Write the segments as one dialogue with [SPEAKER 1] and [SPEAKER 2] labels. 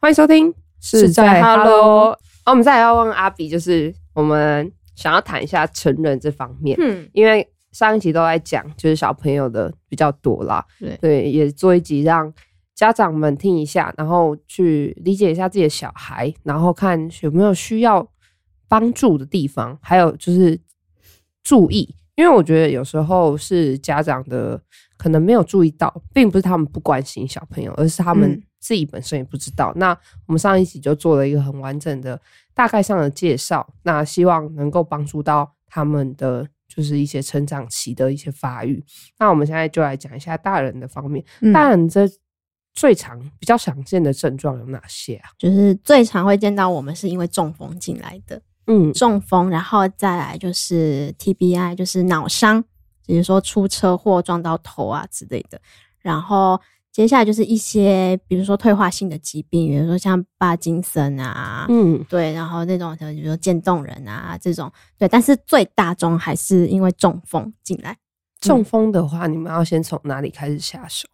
[SPEAKER 1] 欢迎收听，
[SPEAKER 2] 是在 Hello。
[SPEAKER 1] 哦，我们再来要问阿比，就是我们想要谈一下成人这方面，
[SPEAKER 2] 嗯，
[SPEAKER 1] 因为上一集都在讲就是小朋友的比较多啦，
[SPEAKER 2] 对
[SPEAKER 1] 对，也做一集让家长们听一下，然后去理解一下自己的小孩，然后看有没有需要帮助的地方，还有就是注意，因为我觉得有时候是家长的可能没有注意到，并不是他们不关心小朋友，而是他们
[SPEAKER 2] 嗯
[SPEAKER 1] 自己本身也不知道。那我们上一集就做了一个很完整的大概上的介绍，那希望能够帮助到他们的就是一些成长期的一些发育。那我们现在就来讲一下大人的方面，
[SPEAKER 2] 嗯
[SPEAKER 1] 大人这最常比较常见的症状有哪些啊？
[SPEAKER 2] 就是最常会见到我们是因为中风进来的，
[SPEAKER 1] 嗯
[SPEAKER 2] 中风，然后再来就是 TBI，就是脑伤，比如说出车祸撞到头啊之类的。然后接下来就是一些，比如说退化性的疾病，比如说像帕金森啊，
[SPEAKER 1] 嗯
[SPEAKER 2] 对，然后那种像比如说渐冻人啊这种，对，但是最大宗还是因为中风进来。
[SPEAKER 1] 中风的话，你们要先从哪里开始下手？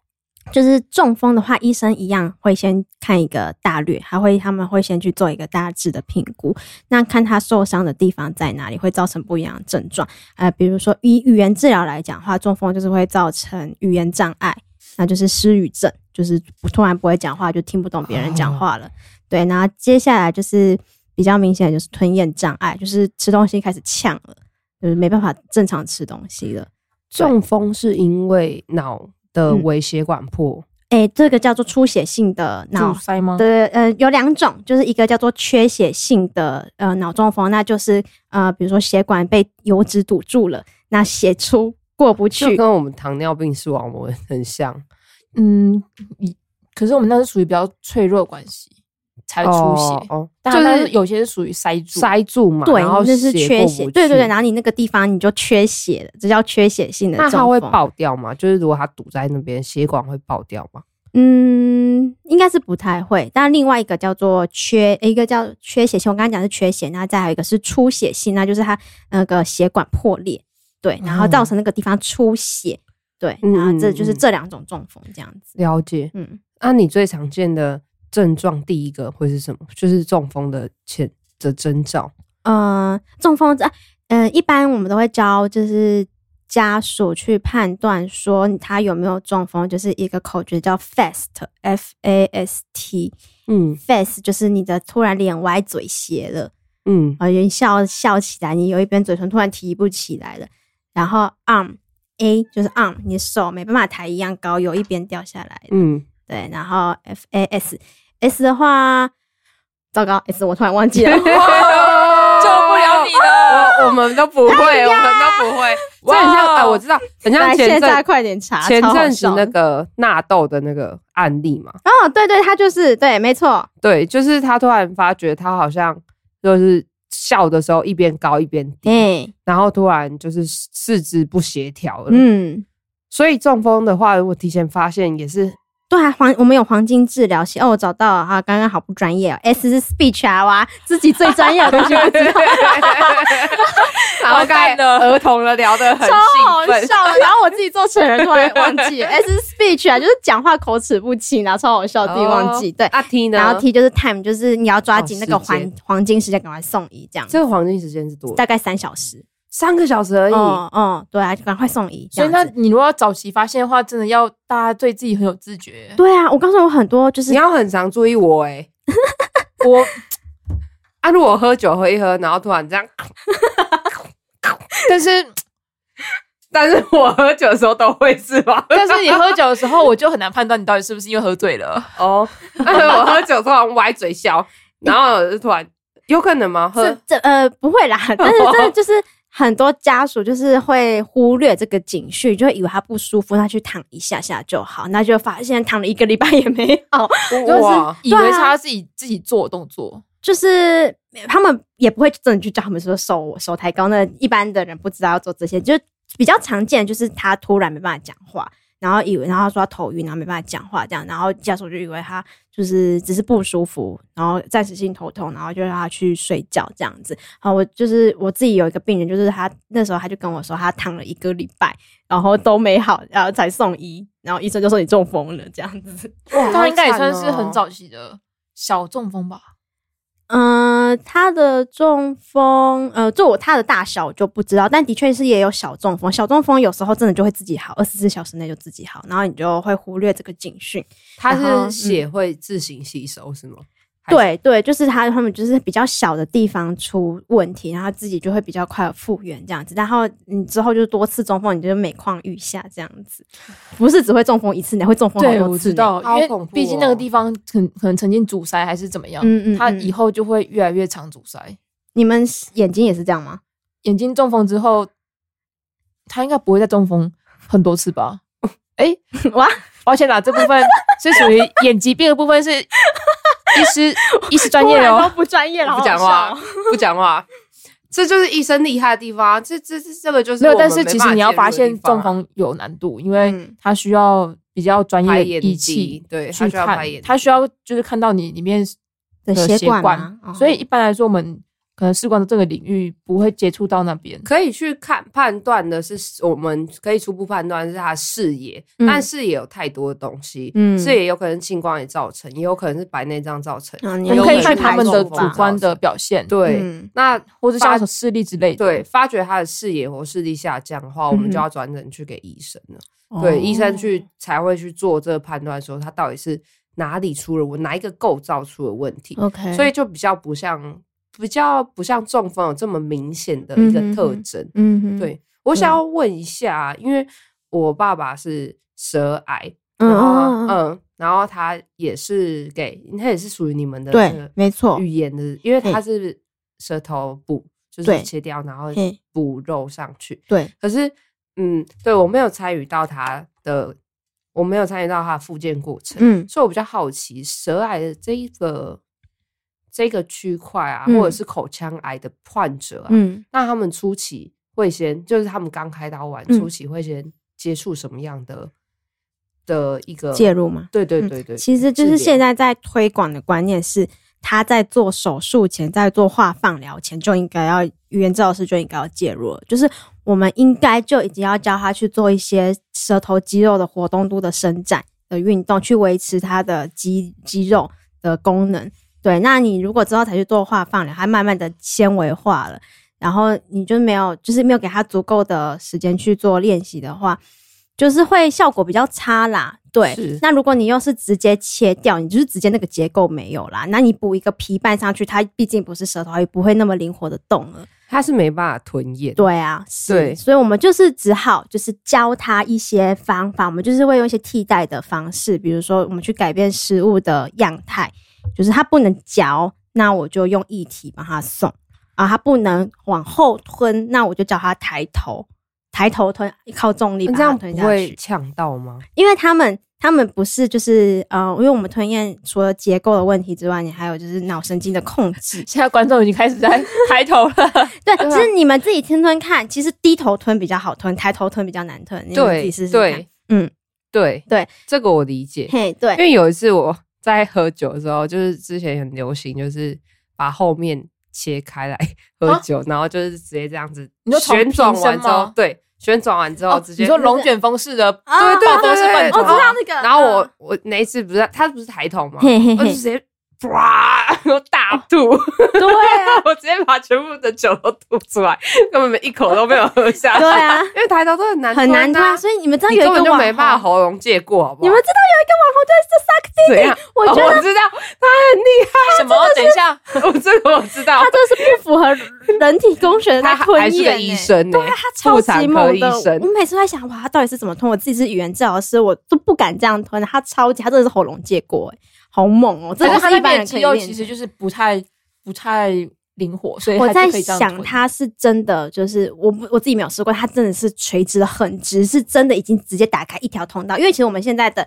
[SPEAKER 2] 就是中风的话，医生一样会先看一个大略，还会他们会先去做一个大致的评估，那看他受伤的地方在哪里，会造成不一样的症状。呃，比如说以语言治疗来讲的话，中风就是会造成语言障碍，那就是失语症，就是突然不会讲话，就听不懂别人讲话了。对，然后接下来就是比较明显的就是吞咽障碍，就是吃东西开始呛了，就是没办法正常吃东西了。
[SPEAKER 1] 中风是因为脑的微血管破，
[SPEAKER 2] 哎、这个叫做出血性的脑
[SPEAKER 3] 阻塞吗？
[SPEAKER 2] 对，呃，有两种，就是一个叫做缺血性的呃脑中风，那就是呃，比如说血管被油脂堵住了，那血出过不
[SPEAKER 1] 就
[SPEAKER 2] 去。
[SPEAKER 1] 跟我们糖尿病视网膜很像，
[SPEAKER 3] 嗯，一可是我们那是属于比较脆弱的关系才会出血，
[SPEAKER 1] 哦，哦
[SPEAKER 3] 但
[SPEAKER 1] 就
[SPEAKER 3] 它是
[SPEAKER 1] 是
[SPEAKER 3] 有些是属于塞住，
[SPEAKER 1] 塞住嘛，
[SPEAKER 2] 对，
[SPEAKER 1] 然后
[SPEAKER 2] 那是
[SPEAKER 1] 过
[SPEAKER 2] 缺血，
[SPEAKER 1] 不去
[SPEAKER 2] 对对对，然后你那个地方你就缺血了，这叫缺血性的
[SPEAKER 1] 那
[SPEAKER 2] 中风。
[SPEAKER 1] 它会爆掉吗？就是如果它堵在那边，血管会爆掉吗？
[SPEAKER 2] 嗯，应该是不太会。但另外一个叫做缺，一个叫缺血性，我刚刚讲是缺血，那再还有一个是出血性，那就是它那个血管破裂，对，然后造成那个地方出血，对，
[SPEAKER 1] 嗯
[SPEAKER 2] 然后这就是
[SPEAKER 1] 哦嗯嗯
[SPEAKER 2] 这两种中风这样子。
[SPEAKER 1] 了解。
[SPEAKER 2] 嗯，
[SPEAKER 1] 那、啊你最常见的症状第一个会是什么？就是中风的前的征兆。
[SPEAKER 2] 呃，中风在，呃，一般我们都会教就是家属去判断说他有没有中风，就是一个口诀叫 FAST，F A S T，FAST
[SPEAKER 1] 嗯
[SPEAKER 2] 就是你的突然脸歪嘴斜了，
[SPEAKER 1] 嗯
[SPEAKER 2] 呃，人笑笑起来，你有一边嘴唇突然提不起来了，然后 arm A 就是 arm，你的手没办法抬一样高，有一边掉下来了，
[SPEAKER 1] 嗯，
[SPEAKER 2] 对，然后 F A S S 的话，糟糕，S 我突然忘记了。
[SPEAKER 3] 救不了你了。哎
[SPEAKER 1] 我我们都不会，我们都不会。这很像
[SPEAKER 3] 哇
[SPEAKER 1] 啊，我知道，很像
[SPEAKER 2] 来，
[SPEAKER 1] 前
[SPEAKER 2] 现在
[SPEAKER 1] 阵
[SPEAKER 2] 快点查。
[SPEAKER 1] 前
[SPEAKER 2] 超好
[SPEAKER 1] 阵子
[SPEAKER 2] 笑
[SPEAKER 1] 那
[SPEAKER 2] 的
[SPEAKER 1] 个纳豆的那个案例嘛。
[SPEAKER 2] 哦，对对，他就是对，没错，
[SPEAKER 1] 对，就是他突然发觉他好像就是笑的时候一边高一边低，
[SPEAKER 2] 哎，
[SPEAKER 1] 然后突然就是四肢不协调了。
[SPEAKER 2] 嗯，
[SPEAKER 1] 所以中风的话，如果提前发现也是，
[SPEAKER 2] 对啊，黄我们有黄金治疗系哦，我找到了啊，刚刚好不专业哦，S 是 speech 啊，哇，自己最专业的东西不知道
[SPEAKER 1] 然后刚才儿童了聊得很
[SPEAKER 2] 超好
[SPEAKER 1] 兴奋，
[SPEAKER 2] 笑的。然后我自己做成人突然忘记了 S 是 speech 啊，就是讲话口齿不清啊，然后超 好笑，自
[SPEAKER 1] 哦
[SPEAKER 2] 己忘记对。
[SPEAKER 1] 阿 T 呢？
[SPEAKER 2] 然后 T 就是 time，就是你要抓紧那个
[SPEAKER 1] 啊哦时
[SPEAKER 2] 黄
[SPEAKER 1] 间
[SPEAKER 2] 黄金时间，赶快送医这样，
[SPEAKER 1] 这个黄金时间是多久
[SPEAKER 2] 大概三小时。
[SPEAKER 1] 三个小时而已。
[SPEAKER 2] 哦哦，对啊，赶快送医。 这
[SPEAKER 3] 所以，
[SPEAKER 2] 样
[SPEAKER 3] 那
[SPEAKER 2] 子。
[SPEAKER 3] 你如果要早期发现的话，真的要大家对自己很有自觉。
[SPEAKER 2] 对啊，我告诉我很多就是
[SPEAKER 1] 你要很常注意我哎、我啊，如果喝酒喝一喝，然后突然这样，
[SPEAKER 3] 但是，
[SPEAKER 1] 但是我喝酒的时候都会是吧？
[SPEAKER 3] 但是你喝酒的时候，我就很难判断你到底是不是因为喝醉了。
[SPEAKER 1] 哦，但是我喝酒突然歪嘴笑，然后我就突然有可能吗？喝
[SPEAKER 2] 这这呃不会啦，但是这就是很多家属就是会忽略这个警讯，就会以为他不舒服，那去躺一下下就好，那就发现躺了一个礼拜也没好，
[SPEAKER 1] 哇，
[SPEAKER 3] 以为
[SPEAKER 2] 对
[SPEAKER 3] 是
[SPEAKER 2] 啊
[SPEAKER 3] 他自己自己做的动作，
[SPEAKER 2] 就是他们也不会真的去叫他们说手手抬高，那一般的人不知道要做这些，就是比较常见，就是他突然没办法讲话。然后以为，然后他说他头晕，然后没办法讲话，这样，然后家属就以为他就是只是不舒服，然后暂时性头痛，然后就让他去睡觉这样子。啊，我就是我自己有一个病人，就是他那时候他就跟我说，他躺了一个礼拜，然后都没好，然后才送医，然后医生就说你中风了这样子。
[SPEAKER 1] 哇哦
[SPEAKER 3] 他应该也算是很，早期的小中风吧？
[SPEAKER 2] 嗯，他的中风，呃，就我他的大小就不知道，但的确是也有小中风。小中风有时候真的就会自己好，二十四小时内就自己好，然后你就会忽略这个警讯。
[SPEAKER 1] 它
[SPEAKER 2] 然后
[SPEAKER 1] 是血会自行吸收是吗？还是
[SPEAKER 2] 对对，就是他他们就是比较小的地方出问题，然后自己就会比较快复原这样子。然后你之后就是多次中风，你就每况愈下这样子，不是只会中风一次，你会中风好
[SPEAKER 3] 对，
[SPEAKER 2] 多
[SPEAKER 3] 我
[SPEAKER 2] 次
[SPEAKER 3] 知
[SPEAKER 2] 呢。
[SPEAKER 3] 道，因
[SPEAKER 1] 好恐怖
[SPEAKER 3] 为毕竟
[SPEAKER 1] 哦
[SPEAKER 3] 那个地方可能可能曾经阻塞还是怎么样，
[SPEAKER 2] 嗯嗯
[SPEAKER 3] 他
[SPEAKER 2] 嗯
[SPEAKER 3] 以后就会越来越常阻塞。
[SPEAKER 2] 你们眼睛也是这样吗？
[SPEAKER 3] 眼睛中风之后，他应该不会再中风很多 次吧？哎，
[SPEAKER 2] 哇，
[SPEAKER 3] 我要先把这部分 是属于眼疾病的部分，是医师 医师专业
[SPEAKER 2] 突然
[SPEAKER 3] 哦
[SPEAKER 2] 都。不专业了，
[SPEAKER 1] 不
[SPEAKER 2] 好
[SPEAKER 1] 讲
[SPEAKER 2] 好
[SPEAKER 1] 话
[SPEAKER 2] 笑哦。，
[SPEAKER 1] 不讲话，这就是医生厉害的地方啊。这这这这个就是
[SPEAKER 3] 没有，
[SPEAKER 1] 我们
[SPEAKER 3] 但是
[SPEAKER 1] 没
[SPEAKER 3] 其
[SPEAKER 1] 办
[SPEAKER 3] 实
[SPEAKER 1] 法
[SPEAKER 3] 你要
[SPEAKER 1] 介入的
[SPEAKER 3] 发现
[SPEAKER 1] 地方
[SPEAKER 3] 中
[SPEAKER 1] 啊
[SPEAKER 3] 风有难度，因为
[SPEAKER 2] 嗯
[SPEAKER 3] 它需要比较专业
[SPEAKER 1] 拍
[SPEAKER 3] 的
[SPEAKER 1] 眼
[SPEAKER 3] 仪器
[SPEAKER 1] 睛，对，他
[SPEAKER 3] 去
[SPEAKER 1] 需要
[SPEAKER 3] 看
[SPEAKER 1] 拍眼，，
[SPEAKER 3] 它需要就是看到你里面
[SPEAKER 2] 的
[SPEAKER 3] 血
[SPEAKER 2] 血管吗哦
[SPEAKER 3] 所以一般来说，我们可能视光的这个领域不会接触到那边。
[SPEAKER 1] 可以去看判断的是，我们可以初步判断是他视野，
[SPEAKER 2] 嗯
[SPEAKER 1] 但视野有太多的东西，
[SPEAKER 2] 嗯
[SPEAKER 1] 视野有可能青光眼造成，也有可能是白内障造成，
[SPEAKER 2] 嗯你
[SPEAKER 3] 我
[SPEAKER 1] 也
[SPEAKER 3] 们
[SPEAKER 1] 啊有
[SPEAKER 3] 可以
[SPEAKER 1] 能
[SPEAKER 3] 看
[SPEAKER 1] 是
[SPEAKER 3] 他们的
[SPEAKER 1] 中
[SPEAKER 3] 主
[SPEAKER 1] 风造
[SPEAKER 3] 观
[SPEAKER 1] 成
[SPEAKER 3] 的表现，
[SPEAKER 1] 对。
[SPEAKER 2] 嗯
[SPEAKER 1] 那
[SPEAKER 3] 或者像什么视力之类的。
[SPEAKER 1] 对，发觉他的视野或视力下降的
[SPEAKER 2] 嗯
[SPEAKER 1] 话，我们就要转诊去给医生了。
[SPEAKER 2] 哦
[SPEAKER 1] 对，医生去才会去做这个判断，说他到底是哪里出了问，哪一个构造出了问题。
[SPEAKER 2] 哦 OK，
[SPEAKER 1] 所以就比较不像，比较不像中风有这么明显的一个
[SPEAKER 2] 嗯哼
[SPEAKER 1] 特
[SPEAKER 2] 哼
[SPEAKER 1] 征。
[SPEAKER 2] 嗯哼，
[SPEAKER 1] 对我想要问一下，啊因为我爸爸是舌癌，
[SPEAKER 2] 嗯，
[SPEAKER 1] 然后
[SPEAKER 2] 嗯嗯嗯
[SPEAKER 1] 嗯，然后他也是给，他也是属于你们的那
[SPEAKER 2] 对
[SPEAKER 1] 个，
[SPEAKER 2] 没错，
[SPEAKER 1] 语言的，因为他
[SPEAKER 2] 嘿
[SPEAKER 1] 是舌头补，就
[SPEAKER 2] 对
[SPEAKER 1] 是切掉然后
[SPEAKER 2] 嘿
[SPEAKER 1] 补肉上去。
[SPEAKER 2] 对，
[SPEAKER 1] 可是，嗯，对我没有参与到他的，我没有参与到他的复健过程，
[SPEAKER 2] 嗯
[SPEAKER 1] 所以我比较好奇舌癌的这一个这个区块啊，
[SPEAKER 2] 嗯
[SPEAKER 1] 或者是口腔癌的患者啊，
[SPEAKER 2] 嗯
[SPEAKER 1] 那他们初期会先，就是他们刚开刀完
[SPEAKER 2] 嗯
[SPEAKER 1] 初期会先接触什么样的的一个
[SPEAKER 2] 介？入嘛，
[SPEAKER 1] 对对对对，
[SPEAKER 2] 其实就
[SPEAKER 1] 治疗
[SPEAKER 2] 是现在在推广的观念是，他在做手术前，在做化放疗前就应该要语言治疗师就应该要介入了，就是我们应该就已经要教他去做一些舌头肌肉的活动度的伸展的运动，去维持他的肌肌肉的功能。对，那你如果之后才去做化放疗，它慢慢的纤维化了，然后你就没有就是没有给他足够的时间去做练习的话，就是会效果比较差啦。对
[SPEAKER 1] 是，
[SPEAKER 2] 那如果你又是直接切掉，你就是直接那个结构没有啦，那你补一个皮瓣上去，它毕竟不是舌头，它也不会那么灵活的动了。
[SPEAKER 1] 他是没办法吞咽。
[SPEAKER 2] 对啊，是，
[SPEAKER 1] 对
[SPEAKER 2] 所以我们就是只好就是教他一些方法，我们就是会用一些替代的方式，比如说我们去改变食物的样态，就是它不能嚼，那我就用液体帮它送啊，它不能往后吞，那我就叫它抬头，抬头吞，靠重力把
[SPEAKER 1] 那这
[SPEAKER 2] 它
[SPEAKER 1] 样
[SPEAKER 2] 吞
[SPEAKER 1] 不
[SPEAKER 2] 下
[SPEAKER 1] 会
[SPEAKER 2] 去，
[SPEAKER 1] 呛到吗？
[SPEAKER 2] 因为他们。他们不是就是呃，因为我们吞咽除了结构的问题之外，你还有就是脑神经的控制，
[SPEAKER 3] 现在观众已经开始 在抬头了，
[SPEAKER 2] 对，其
[SPEAKER 1] 啊
[SPEAKER 2] 实你们自己吞吞看，其实低头吞比较好吞，抬头吞比较难吞，你们自己
[SPEAKER 1] 对
[SPEAKER 2] 试试看
[SPEAKER 1] 对。，
[SPEAKER 2] 嗯，
[SPEAKER 1] 对
[SPEAKER 2] 对，
[SPEAKER 1] 这个我理解。
[SPEAKER 2] 嘿，
[SPEAKER 1] 因
[SPEAKER 2] 对，
[SPEAKER 1] 为有一次我 在喝酒的时候，就是之前很流行，就是把后面切开来
[SPEAKER 2] 啊
[SPEAKER 1] 喝酒，然后就是直接这样子，
[SPEAKER 3] 你说从
[SPEAKER 1] 旋转
[SPEAKER 3] 瓶身
[SPEAKER 1] 完之后
[SPEAKER 3] 吗，
[SPEAKER 1] 对，旋转完之
[SPEAKER 2] 哦
[SPEAKER 1] 后直接。
[SPEAKER 3] 你说龙卷风式的
[SPEAKER 2] 啊
[SPEAKER 1] 对对
[SPEAKER 3] 暴风式
[SPEAKER 1] 对对对
[SPEAKER 2] 我
[SPEAKER 3] 蹦
[SPEAKER 1] 我知
[SPEAKER 2] 知
[SPEAKER 3] 床
[SPEAKER 2] 道
[SPEAKER 1] 道
[SPEAKER 2] 那个。
[SPEAKER 1] 然后我、我那一次不是他不是抬头吗？
[SPEAKER 2] 哦嗯嘿嘿
[SPEAKER 1] 我就
[SPEAKER 2] 嘿
[SPEAKER 1] 直，接哇， 我大吐，
[SPEAKER 2] 对啊，
[SPEAKER 1] 我直接把全部的酒都吐出来，根本没一口都没有喝下去。
[SPEAKER 2] 对啊，
[SPEAKER 1] 因为抬头都很难、啊，
[SPEAKER 2] 很难吞，所以你们知道
[SPEAKER 1] 你
[SPEAKER 2] 有一
[SPEAKER 1] 根
[SPEAKER 2] 个
[SPEAKER 1] 本就
[SPEAKER 2] 网
[SPEAKER 1] 没办法
[SPEAKER 2] 红，
[SPEAKER 1] 喉咙借过，好不好？
[SPEAKER 2] 你们知
[SPEAKER 1] 怎
[SPEAKER 2] 道有一个网红就是 Suck
[SPEAKER 1] 样
[SPEAKER 2] Daddy，？我觉
[SPEAKER 1] 哦
[SPEAKER 2] 得
[SPEAKER 1] 我知道他
[SPEAKER 3] 什么？等一下，
[SPEAKER 1] 很厉害，我这个我知道
[SPEAKER 2] 他。就是不符合 人体工学的
[SPEAKER 1] 他
[SPEAKER 2] 在
[SPEAKER 1] 还
[SPEAKER 2] 吞
[SPEAKER 1] 是个
[SPEAKER 2] 咽
[SPEAKER 1] 医
[SPEAKER 2] 呢
[SPEAKER 1] 生呢、
[SPEAKER 2] 对啊，他超
[SPEAKER 1] 妇
[SPEAKER 2] 级
[SPEAKER 1] 产科
[SPEAKER 2] 猛
[SPEAKER 1] 医
[SPEAKER 2] 的。
[SPEAKER 1] 生
[SPEAKER 2] 我每次都在想，哇，他到底是怎么吞？我自己是语言治疗师，我都不敢这样吞。他超级，他真的是喉咙借过，哎，好猛哦！这
[SPEAKER 3] 可
[SPEAKER 2] 不
[SPEAKER 3] 是他
[SPEAKER 2] 是一
[SPEAKER 3] 那
[SPEAKER 2] 般
[SPEAKER 3] 边的
[SPEAKER 2] 人可
[SPEAKER 3] 肌
[SPEAKER 2] 以
[SPEAKER 3] 肉
[SPEAKER 2] 练的。
[SPEAKER 3] 其实就是不太不太灵活，所以
[SPEAKER 2] 我
[SPEAKER 3] 他
[SPEAKER 2] 在
[SPEAKER 3] 就可以这样
[SPEAKER 2] 想，
[SPEAKER 3] 吞
[SPEAKER 2] 他是真的，就是我不我自己没有试过，他真的是垂直的很直，是真的已经直接打开一条通道。因为其实我们现在的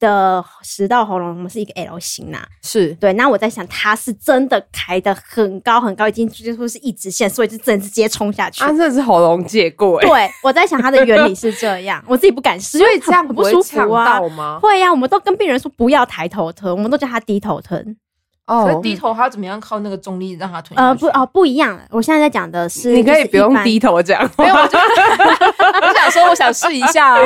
[SPEAKER 2] 的食道喉咙，我们是一个 L 型呐、
[SPEAKER 1] 是
[SPEAKER 2] 对。那我在想，他是真的开的很高很高，已经几乎是一直线，所以就真的是直接冲下去。
[SPEAKER 1] 啊，真的是喉咙借过哎、
[SPEAKER 2] 对，我在想它的原理是这样，我自己不敢试，
[SPEAKER 1] 所
[SPEAKER 2] 因
[SPEAKER 1] 以
[SPEAKER 2] 为
[SPEAKER 1] 这样
[SPEAKER 2] 很
[SPEAKER 1] 不
[SPEAKER 2] 不
[SPEAKER 1] 会
[SPEAKER 2] 舒
[SPEAKER 1] 呛
[SPEAKER 2] 服啊
[SPEAKER 1] 到。吗？
[SPEAKER 2] 会呀、我们都跟病人说不要抬头吞，我们都叫他低头吞。
[SPEAKER 3] 可
[SPEAKER 1] 哦
[SPEAKER 3] 是，低头他怎么样靠那个重力让他吞下
[SPEAKER 2] 呃，不
[SPEAKER 3] 去
[SPEAKER 2] 哦，不一样了。我现在在讲的是，
[SPEAKER 1] 你可以
[SPEAKER 2] 就是
[SPEAKER 1] 不用
[SPEAKER 2] 一般
[SPEAKER 1] 低头讲话，
[SPEAKER 3] 没有，我就我想说，我想试一下、啊。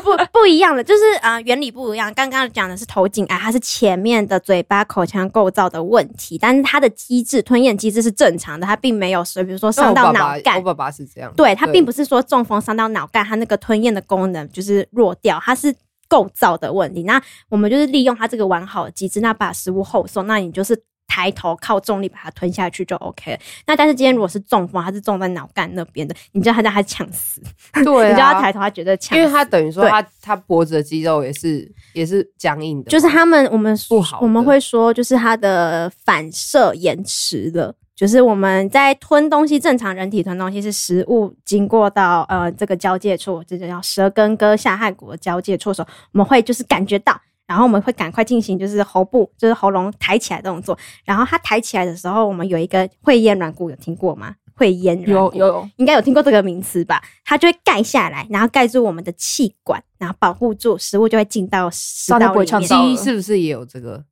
[SPEAKER 2] 不 不一样的，就是啊、呃原理不一样。刚刚讲的是头颈癌，它是前面的嘴巴、口腔构造的问题，但是它的机制吞咽机制是正常的，它并没有说，比如说
[SPEAKER 1] 那
[SPEAKER 2] 伤
[SPEAKER 1] 我
[SPEAKER 2] 到
[SPEAKER 1] 爸
[SPEAKER 2] 脑
[SPEAKER 1] 爸
[SPEAKER 2] 干
[SPEAKER 1] 我。爸爸是这样，
[SPEAKER 2] 对，它并不
[SPEAKER 1] 是
[SPEAKER 2] 是说中风伤到脑干，它那个吞咽的功能就是弱掉，它是构造的问题。那我们就是利用它这个完好的机制，那把食物后送，那你就是。抬头靠重力把它吞下去就 OK 了。那但是今天如果是中风，它是中在脑干那边的，你就要让它呛死，
[SPEAKER 1] 对、啊，
[SPEAKER 2] 你就要抬头，它绝对呛死。
[SPEAKER 1] 因为他等于说
[SPEAKER 2] 对
[SPEAKER 1] 他他脖子的肌肉也是也是僵硬的，
[SPEAKER 2] 就是他们我们
[SPEAKER 1] 不好的
[SPEAKER 2] 我们会说就是它的反射延迟了。就是我们在吞东西，正常人体吞东西是食物经过到呃这个交界处，这就叫舌根跟下颌骨的交界处的时候，我们会就是感觉到，然后我们会赶快进行就是喉部就是喉咙抬起来的动作，然后它抬起来的时候，我们有一个会咽软骨，有听过吗？会咽软骨
[SPEAKER 3] 有有，
[SPEAKER 2] 应该有听过这个名词吧？它就会盖下来，然后盖住我们的气管，然后保护住食物就会进到食
[SPEAKER 3] 这样就
[SPEAKER 2] 道
[SPEAKER 3] 不会
[SPEAKER 2] 里
[SPEAKER 3] 呛
[SPEAKER 2] 面。
[SPEAKER 3] 到
[SPEAKER 1] 鸡
[SPEAKER 3] 了
[SPEAKER 1] 是不是也有这个？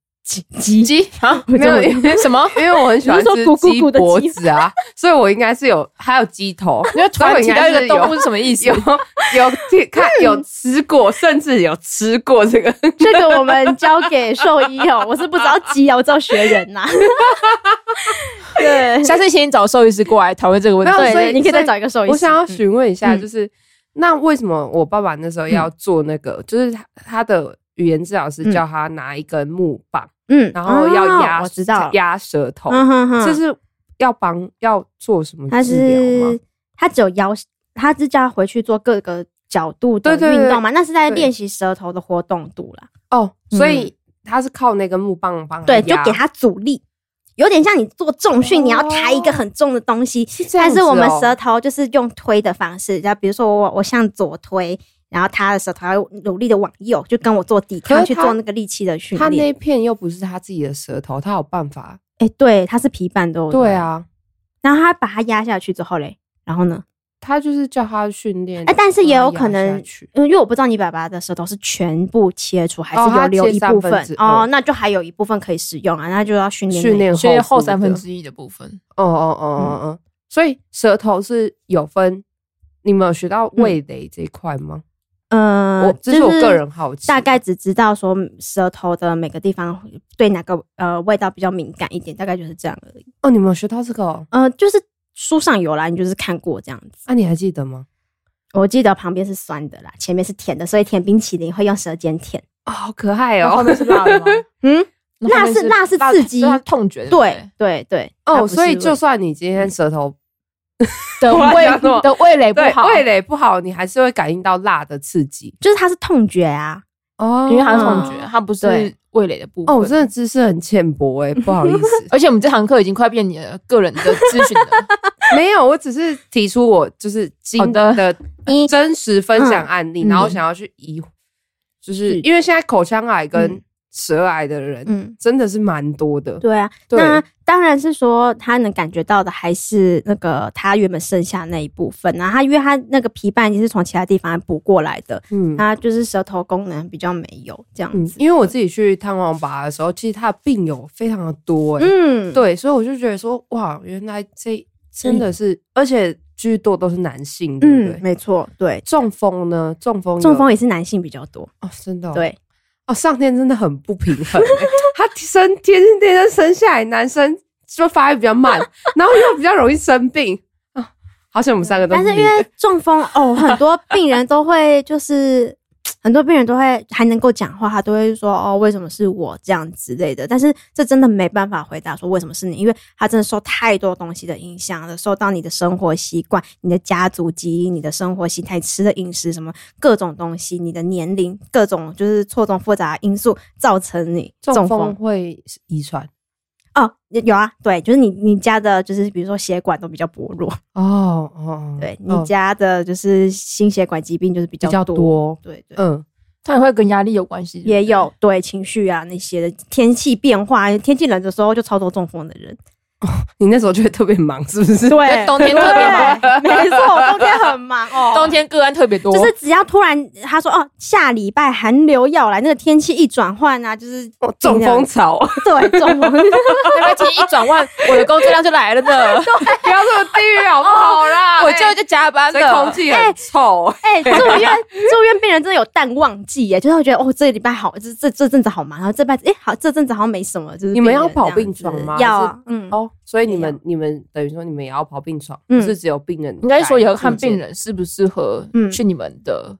[SPEAKER 3] 鸡鸡啊，
[SPEAKER 2] 我
[SPEAKER 1] 没有
[SPEAKER 2] 这么
[SPEAKER 1] 因为
[SPEAKER 3] 什么？
[SPEAKER 1] 因为我很喜欢
[SPEAKER 2] 你是说
[SPEAKER 1] 吃
[SPEAKER 2] 咕咕
[SPEAKER 1] 鸡
[SPEAKER 2] 咕的鸡
[SPEAKER 1] 脖子啊，所以我应该是有还有鸡 头，
[SPEAKER 3] 因为突然提到
[SPEAKER 1] 所
[SPEAKER 3] 一
[SPEAKER 1] 以我
[SPEAKER 3] 个
[SPEAKER 1] 应该
[SPEAKER 3] 动
[SPEAKER 1] 是
[SPEAKER 3] 物
[SPEAKER 1] 有
[SPEAKER 3] 是什么意思？
[SPEAKER 1] 有有去 看
[SPEAKER 2] 嗯
[SPEAKER 1] 有吃过，甚至有吃过这个。
[SPEAKER 2] 这个我们交给兽医哦，我是不知道鸡啊，我知道学人 呐、对，
[SPEAKER 3] 下次请你找兽医师过来讨论这个问
[SPEAKER 1] 没有
[SPEAKER 3] 题。
[SPEAKER 2] 对，
[SPEAKER 1] 所以
[SPEAKER 2] 你可
[SPEAKER 1] 所
[SPEAKER 2] 以再
[SPEAKER 1] 以
[SPEAKER 2] 找一个兽医师。
[SPEAKER 1] 我想要询问一下，
[SPEAKER 2] 嗯
[SPEAKER 1] 就是、那为什么我爸爸那时候要做那个？就是他他的语言治疗师
[SPEAKER 2] 嗯
[SPEAKER 1] 叫他拿一根木棒，
[SPEAKER 2] 嗯
[SPEAKER 1] 然后要
[SPEAKER 2] 哦
[SPEAKER 1] 压、
[SPEAKER 2] 我知道了，
[SPEAKER 1] 压舌头，
[SPEAKER 2] 嗯哼哼，
[SPEAKER 1] 这是要帮要做什么
[SPEAKER 2] 他
[SPEAKER 1] 治疗吗
[SPEAKER 2] 是？他只有腰，他是叫他回去做各个角度的
[SPEAKER 1] 对对对
[SPEAKER 2] 运动嘛，那是在
[SPEAKER 1] 对
[SPEAKER 2] 练习舌头的活动度啦。
[SPEAKER 1] 哦，所以他是靠那根木棒帮他
[SPEAKER 2] 嗯对，
[SPEAKER 1] 嗯
[SPEAKER 2] 就
[SPEAKER 1] 压
[SPEAKER 2] 给他阻力，有点像你做重训，
[SPEAKER 1] 哦
[SPEAKER 2] 你要抬一个很重的东西，
[SPEAKER 1] 是这样
[SPEAKER 2] 但
[SPEAKER 1] 子
[SPEAKER 2] 是
[SPEAKER 1] 哦
[SPEAKER 2] 我们舌头就是用推的方式，然后比如说我我向左推，然后他的舌头要努力的往右，就跟我做抵
[SPEAKER 1] 可
[SPEAKER 2] 抗
[SPEAKER 1] 是
[SPEAKER 2] 去
[SPEAKER 1] 他
[SPEAKER 2] 做那个力气的训
[SPEAKER 1] 他
[SPEAKER 2] 练。
[SPEAKER 1] 那片又不是他自己的舌头，他有办法。
[SPEAKER 2] 哎、对，他是皮瓣的，不
[SPEAKER 1] 对。啊，
[SPEAKER 2] 然后他把它压下去之后嘞，然后呢？
[SPEAKER 1] 他就是叫他训练。
[SPEAKER 2] 哎、但是也有
[SPEAKER 1] 让他
[SPEAKER 2] 可
[SPEAKER 1] 压下
[SPEAKER 2] 能
[SPEAKER 1] 去，
[SPEAKER 2] 嗯因为我不知道你爸爸的舌头是全部切除，还
[SPEAKER 1] 哦
[SPEAKER 2] 是有
[SPEAKER 1] 他
[SPEAKER 2] 留
[SPEAKER 1] 切
[SPEAKER 2] 一
[SPEAKER 1] 三
[SPEAKER 2] 部
[SPEAKER 1] 分
[SPEAKER 2] 分
[SPEAKER 1] 之
[SPEAKER 2] 哦
[SPEAKER 1] 二
[SPEAKER 2] 那就还有一部分可以使用啊，那就要训练那
[SPEAKER 1] 训练
[SPEAKER 3] 所以后
[SPEAKER 1] 部
[SPEAKER 3] 三分
[SPEAKER 1] 的
[SPEAKER 3] 之一的部分，
[SPEAKER 1] 哦哦哦哦哦，
[SPEAKER 2] 嗯
[SPEAKER 1] 所以舌头是有分。你们有学到味蕾这一块吗？
[SPEAKER 2] 呃，
[SPEAKER 1] 我这是我个人好奇，
[SPEAKER 2] 大概只知道说舌头的每个地方对哪个呃味道比较敏感一点，大概就是这样而已。
[SPEAKER 1] 哦，你们有学到这个哦？
[SPEAKER 2] 呃，就是书上有啦，你就是看过这样子。
[SPEAKER 1] 那你还记得吗？
[SPEAKER 2] 我记得旁边是酸的啦，前面是甜的，所以甜冰淇淋会用舌尖舔。
[SPEAKER 1] 哦，好可爱
[SPEAKER 3] 然后后
[SPEAKER 1] 哦！
[SPEAKER 3] 面是 辣的吗？
[SPEAKER 2] 嗯，
[SPEAKER 3] 那后面
[SPEAKER 2] 辣是辣是刺激
[SPEAKER 3] 所以它痛觉不
[SPEAKER 2] 对对对，它
[SPEAKER 1] 哦，
[SPEAKER 2] 不是嗯
[SPEAKER 1] 所以
[SPEAKER 2] 味
[SPEAKER 1] 就算你今天舌头
[SPEAKER 3] 的
[SPEAKER 1] 我还想说
[SPEAKER 3] 味的味
[SPEAKER 2] 哎
[SPEAKER 3] 蕾不
[SPEAKER 1] 对
[SPEAKER 3] 好，
[SPEAKER 1] 味蕾不好，你还是会感应到辣的刺激
[SPEAKER 2] 就是它是痛觉啊。
[SPEAKER 1] 哦
[SPEAKER 3] 因为它是痛觉，它不是
[SPEAKER 2] 对
[SPEAKER 3] 味蕾的部分。，
[SPEAKER 1] 哦，我真的知识很浅薄哎，不好意 思
[SPEAKER 3] 而且我们这堂课已经快变你的个人的咨询了。
[SPEAKER 1] 没有，我只是提出我就是
[SPEAKER 3] 好
[SPEAKER 1] 经
[SPEAKER 3] 的
[SPEAKER 1] 的
[SPEAKER 2] 一
[SPEAKER 1] 真实分享案例，
[SPEAKER 2] 嗯
[SPEAKER 1] 然后想要去移，就是
[SPEAKER 2] 是
[SPEAKER 1] 因为现在口腔癌跟
[SPEAKER 2] 嗯
[SPEAKER 1] 舌癌的人
[SPEAKER 2] 嗯，
[SPEAKER 1] 真的是蛮多的，
[SPEAKER 2] 对啊。
[SPEAKER 1] 对
[SPEAKER 2] 那当然是说他能感觉到的还是那个他原本剩下那一部分啊，他因为他那个皮瓣已经是从其他地方补过来的，
[SPEAKER 1] 嗯
[SPEAKER 2] 他就是舌头功能比较没有这样
[SPEAKER 1] 嗯
[SPEAKER 2] 子，。
[SPEAKER 1] 因为我自己去探望拔的时候，其实他的病友非常的多哎，
[SPEAKER 2] 嗯，
[SPEAKER 1] 对，所以我就觉得说哇，原来这真的是，而且居多都是男性，对不
[SPEAKER 2] 嗯，
[SPEAKER 1] 对？
[SPEAKER 2] 没错，对，
[SPEAKER 1] 中风呢？中风有
[SPEAKER 2] 中风也是男性比较多，
[SPEAKER 1] 哦，真的、哦、
[SPEAKER 2] 对，
[SPEAKER 1] 哦，上天真的很不平 衡欸、他生天生天生生下来，男生就发育比较 慢，然后又比较容易生病啊。好像我们三个都
[SPEAKER 2] 但是因
[SPEAKER 1] 女的
[SPEAKER 2] 为中风哦，很多病人都会就是。很多病人都会还能够讲话，他都会说哦，为什么是我这样之类的。但是这真的没办法回答说为什么是你，因为他真的受太多东西的影响了，受到你的生活习惯、你的家族基因、你的生活形态、吃的饮食什么各种东西、你的年龄、各种就是错综复杂的因素造成你
[SPEAKER 1] 中
[SPEAKER 2] 中
[SPEAKER 1] 风
[SPEAKER 2] 风。
[SPEAKER 1] 会遗传
[SPEAKER 2] 哦，有啊，对，就是你你家的，就是比如说血管都比较薄弱，
[SPEAKER 1] 哦哦，
[SPEAKER 2] 对你
[SPEAKER 1] 哦
[SPEAKER 2] 家的就是心血管疾病就是比
[SPEAKER 1] 比
[SPEAKER 2] 较
[SPEAKER 1] 较多，
[SPEAKER 2] 对对，
[SPEAKER 1] 嗯，
[SPEAKER 3] 它也会跟压力有关系，对不对
[SPEAKER 2] 也有对情绪啊那些的天气变化，天气冷的时候就超多中风的人，
[SPEAKER 1] 你那时候就会特别忙，是不是？
[SPEAKER 2] 对，啊
[SPEAKER 3] 冬天特别 忙
[SPEAKER 2] 对，没错，冬天很忙哦。
[SPEAKER 3] 冬天个案特别多，
[SPEAKER 2] 就是只要突然他说哦，下礼拜寒流要来，那个天气一转换啊，就是
[SPEAKER 1] 哦中风潮，
[SPEAKER 2] 对中风，
[SPEAKER 3] 他天一转弯，我的工作量就来了呢。哦
[SPEAKER 1] 不要这么地狱好不好啦？
[SPEAKER 3] 我就就加班
[SPEAKER 1] 所以空
[SPEAKER 3] 了，
[SPEAKER 1] 气很臭，
[SPEAKER 2] 哎、住院住院病人真的有淡旺季耶，就是会觉得哦，这个礼拜好，这这这阵子好忙，然后这半哎、好，这阵子好像没什么，就是
[SPEAKER 1] 你们要
[SPEAKER 2] 病人这样
[SPEAKER 1] 跑病床
[SPEAKER 2] 子
[SPEAKER 1] 吗
[SPEAKER 2] 要啊，嗯，
[SPEAKER 1] 哦，所以你
[SPEAKER 2] 没
[SPEAKER 1] 们你们等于说你们也要跑病床，
[SPEAKER 2] 嗯
[SPEAKER 1] 不是只有病人，
[SPEAKER 3] 应该说也要看病。人适不适合
[SPEAKER 2] 嗯
[SPEAKER 3] 去你们的。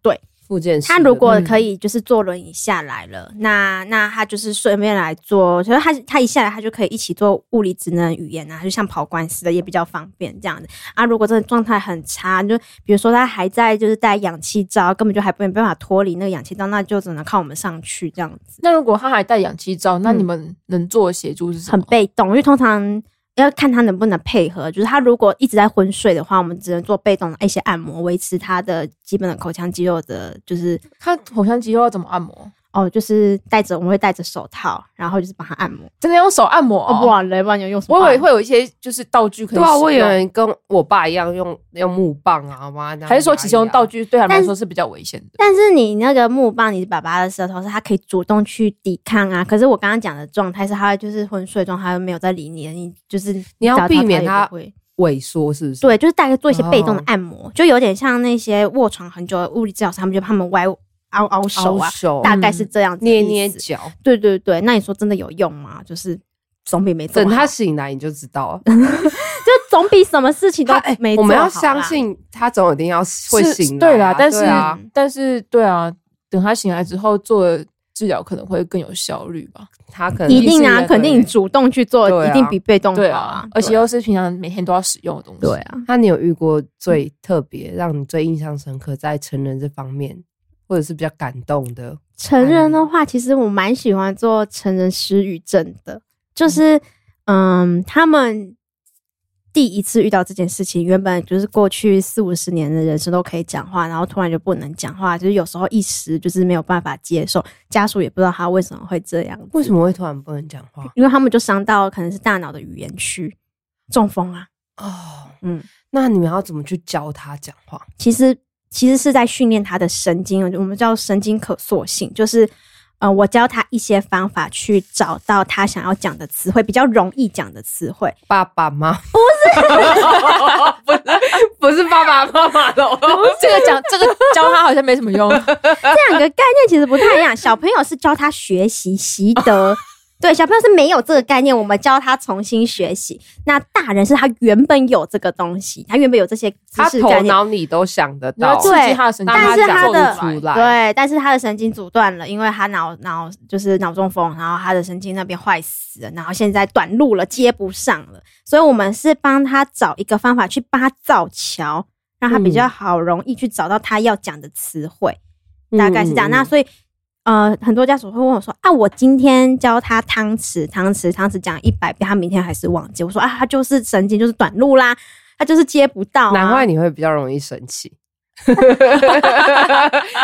[SPEAKER 1] 附件室
[SPEAKER 2] 他如果
[SPEAKER 3] 嗯
[SPEAKER 2] 可以就是坐轮椅下来了，那那他就是顺便来做，就是他他一下来他就可以一起做物理职能语言啊，就像跑官司的也比较方便这样子啊。如果真的状态很差，就比如说他还在就是戴氧气罩，根本就还没办法脱离那个氧气罩，那就只能靠我们上去这样子。
[SPEAKER 3] 那如果他还带氧气罩，那你们能做的协助是什
[SPEAKER 2] 很
[SPEAKER 3] 么？
[SPEAKER 2] 被动，因为通常要看他能不能配合。就是他如果一直在昏睡的话，我们只能做被动的一些按摩，维持他的基本的口腔肌肉的，就是
[SPEAKER 3] 他口腔肌肉要怎么按摩？
[SPEAKER 2] 哦，就是戴着我们会戴着手套，然后就是帮他按摩。
[SPEAKER 3] 真的用手按摩
[SPEAKER 2] 哦，不
[SPEAKER 3] 哦？
[SPEAKER 2] 然嘞，不然你要用什么按
[SPEAKER 3] 我
[SPEAKER 2] 摩？
[SPEAKER 3] 以为会有一些就是道具可以
[SPEAKER 1] 对
[SPEAKER 3] 使
[SPEAKER 1] 啊，
[SPEAKER 3] 用，
[SPEAKER 1] 我以为跟我爸一样用用木棒啊，妈的，
[SPEAKER 3] 还是说其实用道具对他们
[SPEAKER 2] 但
[SPEAKER 3] 来
[SPEAKER 2] 是
[SPEAKER 3] 说是比较危险的？
[SPEAKER 2] 但是你那个木棒，你爸爸的舌头是他可以主动去抵抗啊。可是我刚刚讲的状态是，他就是昏睡状态，他没有在理你，你就是
[SPEAKER 1] 你要
[SPEAKER 2] 找他
[SPEAKER 1] 避免
[SPEAKER 2] 也
[SPEAKER 1] 他
[SPEAKER 2] 不会
[SPEAKER 1] 萎缩，是不是？
[SPEAKER 2] 对，就是大概做一些被动的
[SPEAKER 1] 哦
[SPEAKER 2] 按摩，就有点像那些卧床很久的物理治疗师，他们就把他们歪凹凹手
[SPEAKER 1] 凹
[SPEAKER 2] 啊，
[SPEAKER 1] 手
[SPEAKER 2] 大概是这样子的
[SPEAKER 1] 捏
[SPEAKER 2] 意思。
[SPEAKER 1] 捏脚，
[SPEAKER 2] 对对对，那你说真的有用吗？就是总比没做
[SPEAKER 1] 等
[SPEAKER 2] 好，
[SPEAKER 1] 他醒来你就知道了。
[SPEAKER 2] 就总比什么事情都
[SPEAKER 1] 他哎
[SPEAKER 2] 没
[SPEAKER 1] 我
[SPEAKER 2] 做
[SPEAKER 1] 们要
[SPEAKER 2] 好啦
[SPEAKER 1] 相。信他总有一天要会
[SPEAKER 3] 是
[SPEAKER 1] 醒来啊。
[SPEAKER 3] 对啦，但是
[SPEAKER 1] 对啊
[SPEAKER 3] 但是对啊，等他醒来之后做的治疗可能会更有效率吧？
[SPEAKER 1] 他可能
[SPEAKER 2] 一定
[SPEAKER 3] 一
[SPEAKER 2] 啊，
[SPEAKER 3] 定
[SPEAKER 2] 肯定
[SPEAKER 3] 对
[SPEAKER 2] 你主动去做，
[SPEAKER 1] 对啊
[SPEAKER 2] 一定比被动好
[SPEAKER 3] 对啊，而且又是平常每天都要使用的东西。
[SPEAKER 2] 对啊，
[SPEAKER 1] 那你有遇过最特别、让你最印象深刻在成人这方面，或者是比较感动的？
[SPEAKER 2] 成人的话，其实我蛮喜欢做成人失语症的，就是嗯，他们第一次遇到这件事情，原本就是过去四五十年的人生都可以讲话，然后突然就不能讲话，就是有时候一时就是没有办法接受，家属也不知道他为什么会这样，
[SPEAKER 1] 为什么会突然不能讲话？
[SPEAKER 2] 因为他们就伤到可能是大脑的语言区，中风啊，
[SPEAKER 1] 哦，
[SPEAKER 2] 嗯，
[SPEAKER 1] 那你们要怎么去教他讲话？
[SPEAKER 2] 其实其实是在训练他的神经，我们叫神经可塑性，就是呃，我教他一些方法去找到他想要讲的词汇，比较容易讲的词汇。
[SPEAKER 1] 爸爸妈妈 不是，不是爸爸妈妈的，
[SPEAKER 3] 这个讲 这个教他好像没什么用，
[SPEAKER 2] 这两个概念其实不太一样，小朋友是教他学习习得。对，小朋友是没有这个概念，我们教他重新学习。那大人是他原本有这个东西，他原本有这些知
[SPEAKER 1] 他
[SPEAKER 2] 识
[SPEAKER 1] 头
[SPEAKER 2] 概念，
[SPEAKER 1] 脑里都想得
[SPEAKER 3] 然
[SPEAKER 1] 到
[SPEAKER 3] 后，刺激他的神经，
[SPEAKER 1] 但是
[SPEAKER 3] 让
[SPEAKER 1] 他
[SPEAKER 3] 讲
[SPEAKER 1] 的
[SPEAKER 3] 不出来。
[SPEAKER 2] 对，但是他的神经阻断了，因为他脑脑就是脑中风，然后他的神经那边坏死了，然后现在短路了，接不上了，所以我们是帮他找一个方法去帮他造桥，让他比
[SPEAKER 1] 嗯
[SPEAKER 2] 较好容易去找到他要讲的词汇，大概是这样。
[SPEAKER 1] 嗯
[SPEAKER 2] 那所以。呃，很多家属会问我说：“啊，我今天教他汤匙，汤匙，汤匙讲一百遍，他明天还是忘记。”我说：“啊，他就是神经就是短路啦，他就是接不到、啊。”
[SPEAKER 1] 难怪你会比较容易生 气。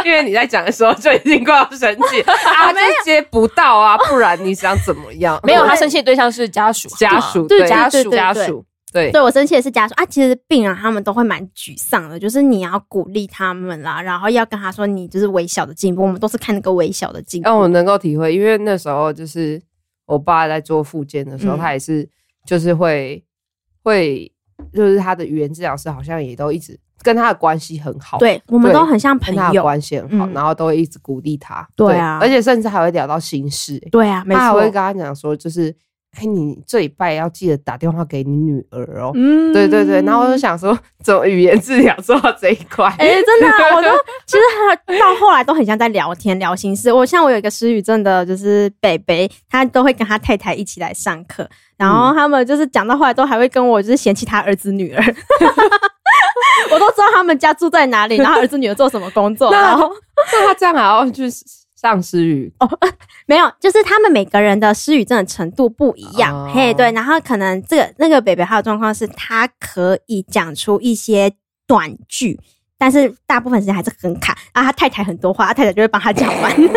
[SPEAKER 1] 因为你在讲的时候就已经快要生 气，啊，这接不到啊，不然你想怎么样？
[SPEAKER 3] 没有，他生气的对象是家属，
[SPEAKER 1] 家属，
[SPEAKER 2] 对对
[SPEAKER 1] 家
[SPEAKER 2] 对
[SPEAKER 1] 属，
[SPEAKER 2] 对
[SPEAKER 1] 家
[SPEAKER 2] 对
[SPEAKER 1] 属，对，
[SPEAKER 2] 对我生气的是家属啊，其实病人他们都会蛮沮丧的，就是你要鼓励他们啦，然后要跟他说你就是微小的进步，我们都是看那个微小的进步。
[SPEAKER 1] 让我能够体会，因为那时候就是我爸在做复健的时候，
[SPEAKER 2] 嗯
[SPEAKER 1] 他也是就是会会就是他的语言治疗师好像也都一直跟他的关系很好，，
[SPEAKER 2] 对，我们
[SPEAKER 1] 对
[SPEAKER 2] 都很像朋
[SPEAKER 1] 跟他的
[SPEAKER 2] 友。
[SPEAKER 1] 关系很好，
[SPEAKER 2] 嗯
[SPEAKER 1] 然后都会一直鼓励他，
[SPEAKER 2] 对啊
[SPEAKER 1] 而且甚至还会聊到心事、欸
[SPEAKER 2] 对啊，没
[SPEAKER 1] 他还会跟
[SPEAKER 2] 错。
[SPEAKER 1] 他讲说，就是哎，你这礼拜要记得打电话给你女儿哦。
[SPEAKER 2] 嗯
[SPEAKER 1] 对对对，然后我就想说，怎么语言治疗做到这一块？
[SPEAKER 2] 哎、真的、啊，我都其实他到后来都很像在聊天聊心事。我像我有一个失语症的，就是北北，他都会跟他太太一起来上课，然后他们就是讲到后来都还会跟我就是嫌弃他儿子女儿， 我都知道他们家住在哪里，然后儿子女儿做什么工作，
[SPEAKER 1] 那
[SPEAKER 3] 啊
[SPEAKER 2] 然后
[SPEAKER 1] 那他这样还要去上失语
[SPEAKER 2] 哦没有，就是他们每个人的失语症的程度不一样，
[SPEAKER 1] 哦
[SPEAKER 2] 嘿，对，然后可能这个那个北北他的状况是他可以讲出一些短句。但是大部分时间还是很卡，然后他太太很多话，他太太就会帮他讲完，
[SPEAKER 3] 我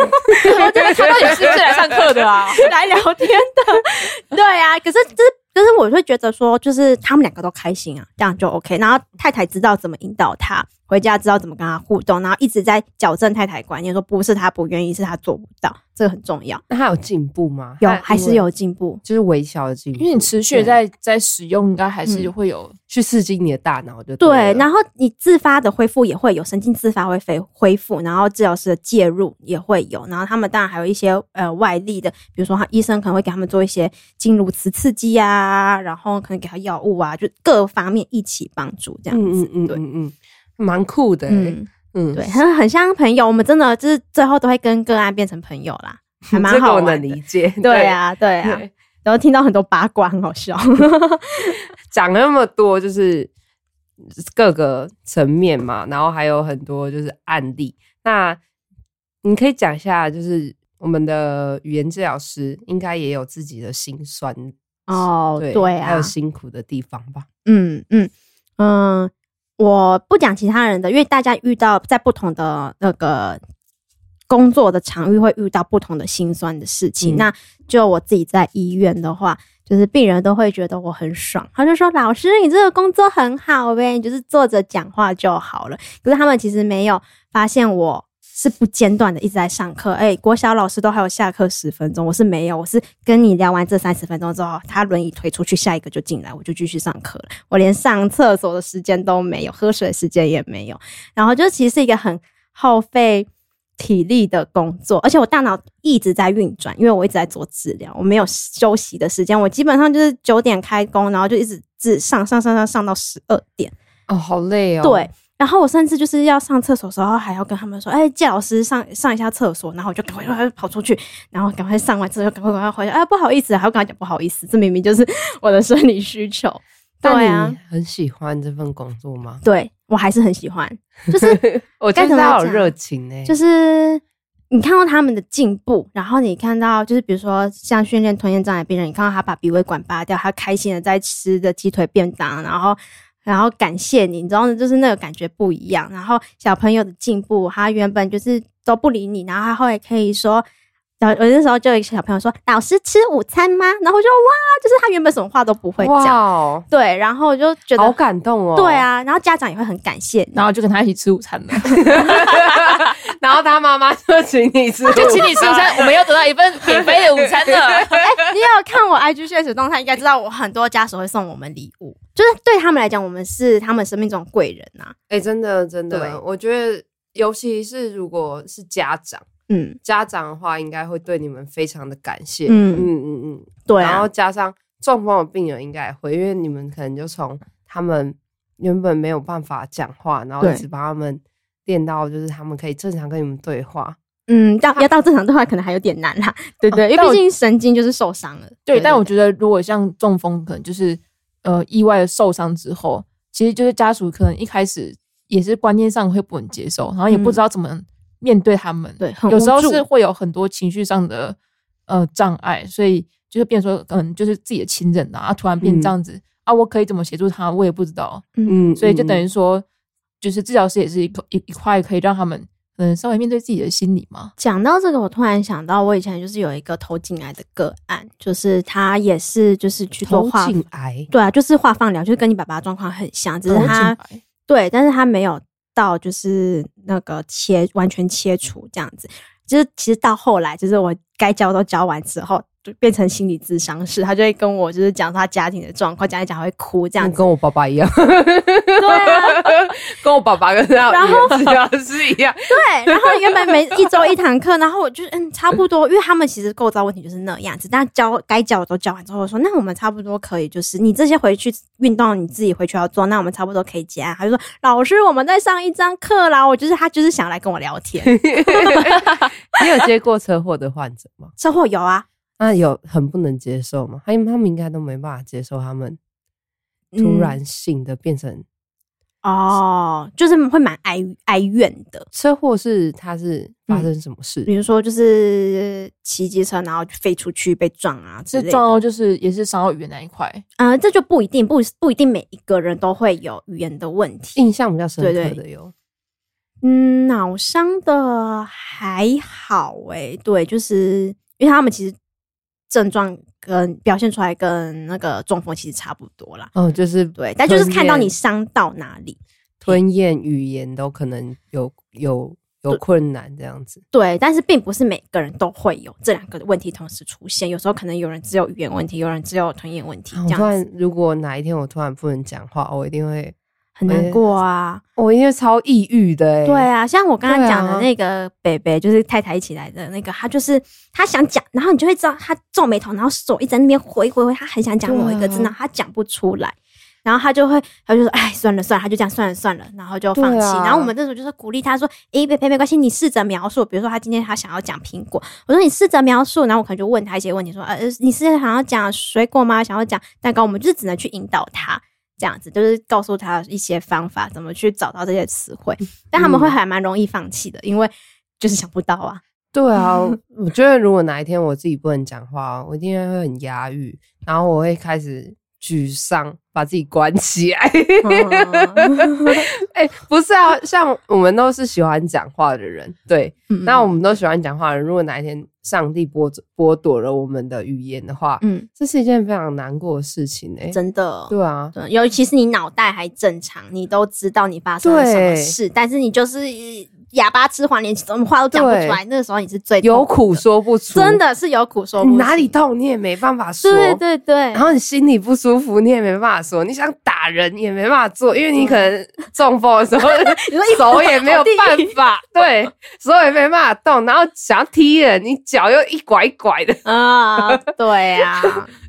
[SPEAKER 3] 觉得他到底是不是来上课的啊？
[SPEAKER 2] 来聊天的。对啊，可是就是但是我会觉得说，就是他们两个都开心啊，这样就 OK。然后太太知道怎么引导他，回家知道怎么跟他互动，然后一直在矫正太太观念，说不是他不愿意，是他做不到，这个很重要。
[SPEAKER 1] 那他有进步吗？
[SPEAKER 2] 有
[SPEAKER 1] 他
[SPEAKER 2] 还是，有进步，
[SPEAKER 1] 就是微小的进步，
[SPEAKER 3] 因为你持续
[SPEAKER 1] 对
[SPEAKER 3] 地在在使用，应该还是会有
[SPEAKER 1] 去刺激你的大脑就
[SPEAKER 2] 对，
[SPEAKER 1] 对啊了，
[SPEAKER 2] 然后你自发的恢复也会有，神经自发会恢恢复，然后治疗师的介入也会有，然后他们当然还有一些呃外力的，比如说他医生可能会给他们做一些经颅磁刺激啊，然后可能给他药物啊，就各方面一起帮助这样
[SPEAKER 1] 嗯
[SPEAKER 2] 子。
[SPEAKER 1] 嗯嗯
[SPEAKER 2] 对，
[SPEAKER 1] 嗯嗯，蛮酷的欸，
[SPEAKER 2] 嗯，
[SPEAKER 1] 嗯，
[SPEAKER 2] 对，很很像朋友，我们真的就是最后都会跟个案变成朋友啦， 还
[SPEAKER 1] 嗯
[SPEAKER 2] 蛮
[SPEAKER 1] 这个
[SPEAKER 2] 好
[SPEAKER 1] 我
[SPEAKER 2] 玩
[SPEAKER 1] 能
[SPEAKER 2] 的
[SPEAKER 1] 理。解，
[SPEAKER 2] 对啊，对啊，
[SPEAKER 1] 对
[SPEAKER 2] 然后听到很多八卦，很好 笑。
[SPEAKER 1] 讲了那么多，就是各个层面嘛，然后还有很多就是案例。那你可以讲一下，就是我们的语言治疗师应该也有自己的辛酸
[SPEAKER 2] 哦，对
[SPEAKER 1] 还
[SPEAKER 2] 啊
[SPEAKER 1] 有，辛苦的地方吧？
[SPEAKER 2] 嗯嗯嗯，我不讲其他人的，因为大家遇到在不同的那个工作的场域会遇到不同的心酸的事情。
[SPEAKER 1] 嗯
[SPEAKER 2] 那就我自己在医院的话，就是病人都会觉得我很爽，他就说：“老师，你这个工作很好呗，你就是坐着讲话就好了。”可是他们其实没有发现我。是不间断的一直在上课，哎、国小老师都还有下课十分钟，我是没有，我是跟你聊完这三十分钟之后，他轮椅推出去，下一个就进来，我就继续上课了，我连上厕所的时间都没有，喝水的时间也没有，然后就其实是一个很耗费体力的工作，而且我大脑一直在运转，因为我一直在做治疗，我没有休息的时间，我基本上就是九点开工，然后就一直至上上上上上到十二点，
[SPEAKER 1] 哦，好累哦。
[SPEAKER 2] 对。然后我甚至就是要上厕所的时候，还要跟他们说：“哎，借老师上上一下厕所。”然后我就赶快赶快跑出去，然后赶快上完之后，赶快赶快回来。哎，不好意思，还要跟他讲不好意思，这明明就是我的生理需求。对
[SPEAKER 1] 但
[SPEAKER 2] 啊
[SPEAKER 1] 你，很喜欢这份工作吗？
[SPEAKER 2] 对我还是很喜欢，就是
[SPEAKER 1] 我
[SPEAKER 2] 该
[SPEAKER 1] 觉
[SPEAKER 2] 怎
[SPEAKER 1] 得
[SPEAKER 2] 么
[SPEAKER 1] 他好
[SPEAKER 2] 讲
[SPEAKER 1] 热情呢、欸
[SPEAKER 2] 就是你看到他们的进步，然后你看到就是比如说像训练吞咽障碍病人，你看到他把鼻胃管拔掉，他开心的在吃的鸡腿便当，然后。然后感谢你，你知道吗？就是那个感觉不一样。然后小朋友的进步，他原本就是都不理你，然后他后来可以说，然后我那时候就有一个小朋友说：“老师吃午餐吗？”然后我就哇，就是他原本什么话都不会讲，
[SPEAKER 1] 哦，
[SPEAKER 2] 对。然后我就觉
[SPEAKER 1] 好
[SPEAKER 2] 得，
[SPEAKER 1] 感动哦。
[SPEAKER 2] 对，啊。然后家长也会很感谢你，
[SPEAKER 3] 然后就跟他一起吃午餐了，
[SPEAKER 1] 然后他妈妈就请你 吃，
[SPEAKER 3] 就请你吃午餐，我们要得到一份免费的午餐 的。
[SPEAKER 2] 你有看我 IG 现实动态，应该知道我很多家属会送我们礼物，就是对他们来讲，我们是他们生命中的贵人啊呐、
[SPEAKER 1] 哎、真的真
[SPEAKER 2] 对
[SPEAKER 1] 的，我觉得尤其是如果是家长，
[SPEAKER 2] 嗯
[SPEAKER 1] 家长的话应该会对你们非常的感谢。嗯
[SPEAKER 2] 嗯，
[SPEAKER 1] 嗯嗯
[SPEAKER 2] 对
[SPEAKER 1] 然后
[SPEAKER 2] 啊，
[SPEAKER 1] 加上中风的病人应该也会，因为你们可能就从他们原本没有办法讲话，然后
[SPEAKER 2] 对
[SPEAKER 1] 一直把他们练到就是他们可以正常跟你们对话。
[SPEAKER 2] 嗯，到要到正常对话可能还有点难啦，对对，因
[SPEAKER 3] 哦但
[SPEAKER 2] 为
[SPEAKER 3] 我
[SPEAKER 2] 毕竟神经就是受伤了。
[SPEAKER 3] 对，但我觉得如果像中风，可能就是呃意外的受伤之后，其实就是家属可能一开始也是观念上会不能接受，然后也不知道怎么面对他们。
[SPEAKER 2] 嗯对，很
[SPEAKER 3] 有时候
[SPEAKER 2] 无助
[SPEAKER 3] 是会有很多情绪上的呃障碍，所以就是变成说，嗯，就是自己的亲人啊，啊突然变这样子、啊，我可以怎么协助他，我也不知道，
[SPEAKER 2] 嗯
[SPEAKER 1] 嗯，
[SPEAKER 3] 所以就等
[SPEAKER 1] 于
[SPEAKER 3] 于说，就是治疗师也是一个一一块可以让他们嗯稍微面对自己的心理嘛。
[SPEAKER 2] 讲到这个，我突然想到，我以前就是有一个投进来的个案，就是他也是就是去做
[SPEAKER 1] 头
[SPEAKER 2] 化，
[SPEAKER 1] 颈癌，
[SPEAKER 2] 对啊，就是化放疗，就是跟你爸爸的状况很像，只是
[SPEAKER 3] 头颈
[SPEAKER 2] 他
[SPEAKER 3] 癌
[SPEAKER 2] 对，但是他没有到就是那个切完全切除这样子，就是其实到后来，就是我该教都教完之后，就变成心理咨商师，他就会跟我就是讲他家庭的状况，讲一讲会哭这样
[SPEAKER 1] 像
[SPEAKER 2] 子，
[SPEAKER 1] 跟我爸爸一样，
[SPEAKER 2] 对啊，
[SPEAKER 1] 跟我爸爸跟他
[SPEAKER 2] 然后
[SPEAKER 1] 治疗师一样。
[SPEAKER 2] 对，然后原本每一周一堂课，然后我就嗯差不多，因为他们其实构造问题就是那样子，但教该教我都教完之后，我说那我们差不多可以，就是你这些回去运动你自己回去要做，那我们差不多可以结案。他就说老师，我们再上一张课啦，我就是他就是想来跟我聊天，
[SPEAKER 1] 你有接过车祸的患者吗？
[SPEAKER 2] 车祸有啊，
[SPEAKER 1] 那有很不能接受吗？他们他们应该都没办法接受他们
[SPEAKER 2] 嗯
[SPEAKER 1] 突然性的变成
[SPEAKER 2] 哦，就是会蛮哀哀怨的。
[SPEAKER 1] 车祸，是他是
[SPEAKER 2] 嗯
[SPEAKER 1] 发生什么事？
[SPEAKER 2] 比如说，就是骑机车然后飞出去被撞啊之
[SPEAKER 3] 是
[SPEAKER 2] 类的，
[SPEAKER 3] 撞到就是也是伤到语言那一块，
[SPEAKER 2] 呃，这就不一定，不不一定每一个人都会有语言的问题。
[SPEAKER 1] 印象比较深刻
[SPEAKER 2] 对
[SPEAKER 1] 的有，
[SPEAKER 2] 嗯，脑伤欸的还好诶、对，就是因为他们其实症状跟表现出来跟那个中风其实差不多啦。
[SPEAKER 1] 哦，就是
[SPEAKER 2] 对，但就是看到
[SPEAKER 1] 吞咽
[SPEAKER 2] 你伤到哪里。
[SPEAKER 1] 吞咽、语言都可能有有有困难这样子。
[SPEAKER 2] 对，但是并不是每个人都会有这两个问题同时出现，有时候可能有人只有语言问题，有人只有吞咽问题，
[SPEAKER 1] 啊
[SPEAKER 2] 这
[SPEAKER 1] 我突
[SPEAKER 2] 样
[SPEAKER 1] 然
[SPEAKER 2] 子，
[SPEAKER 1] 如果哪一天我突然不能讲话，我一定会，
[SPEAKER 2] 很难过啊。
[SPEAKER 1] 我一定会超抑郁的、欸。
[SPEAKER 2] 对，啊，像我刚刚
[SPEAKER 1] 对啊
[SPEAKER 2] 讲的那个北北，就是太太一起来的那个，他就是他想讲，然后你就会知道他皱眉头，然后手一直在那边挥挥挥，他很想讲某一个字，
[SPEAKER 1] 对啊
[SPEAKER 2] 然后他讲不出来，然后他就会他就说，哎，算了算了，他就这样算了算了，然后就放
[SPEAKER 1] 对
[SPEAKER 2] 弃。
[SPEAKER 1] 啊
[SPEAKER 2] 然后我们这时候就是鼓励他说，哎，北北没关系，你试着描述，比如说他今天他想要讲苹果，我说你试着描述，然后我可能就问他一些问题，说，呃，你是想要讲水果吗？想要讲蛋糕？我们就是只能去引导他。这样子就是告诉他一些方法，怎么去找到这些词汇。
[SPEAKER 1] 嗯
[SPEAKER 2] 但他们会还蛮容易放弃的，因为就是想不到 啊。
[SPEAKER 1] 对 啊，我觉得如果哪一天我自己不能讲话，我一定会很压抑，然后我会开始沮丧，把自己关起来。
[SPEAKER 2] 嗯哦
[SPEAKER 1] 哎、不是啊，像我们都是喜欢讲话的人，对，
[SPEAKER 2] 嗯
[SPEAKER 1] 那我们都喜欢讲话的人，如果哪一天上帝剥剥夺了我们的语言的话，
[SPEAKER 2] 嗯，
[SPEAKER 1] 这是一件非常难过的事情哎、
[SPEAKER 2] 真的。
[SPEAKER 1] 对啊，
[SPEAKER 2] 对，尤其是你脑袋还正常，你都知道你发生了什么
[SPEAKER 1] 对
[SPEAKER 2] 事，但是你就是哑巴吃黄连，什么话都讲不出来。那个时候你是最
[SPEAKER 1] 有
[SPEAKER 2] 痛苦
[SPEAKER 1] 苦
[SPEAKER 2] 的，
[SPEAKER 1] 说不出，
[SPEAKER 2] 真的是有苦说不
[SPEAKER 1] 你
[SPEAKER 2] 出
[SPEAKER 1] 哪里痛你也没办法说，
[SPEAKER 2] 对对对
[SPEAKER 1] 然，后你心里不舒服，你也没办法说；你想打人也没办法做，因为你可能
[SPEAKER 2] 嗯
[SPEAKER 1] 中风的时候
[SPEAKER 2] 你说一
[SPEAKER 1] 手也没有 办法，对，手也没办法动。然后想要踢人，你脚又一拐一拐的，
[SPEAKER 2] 啊，对啊，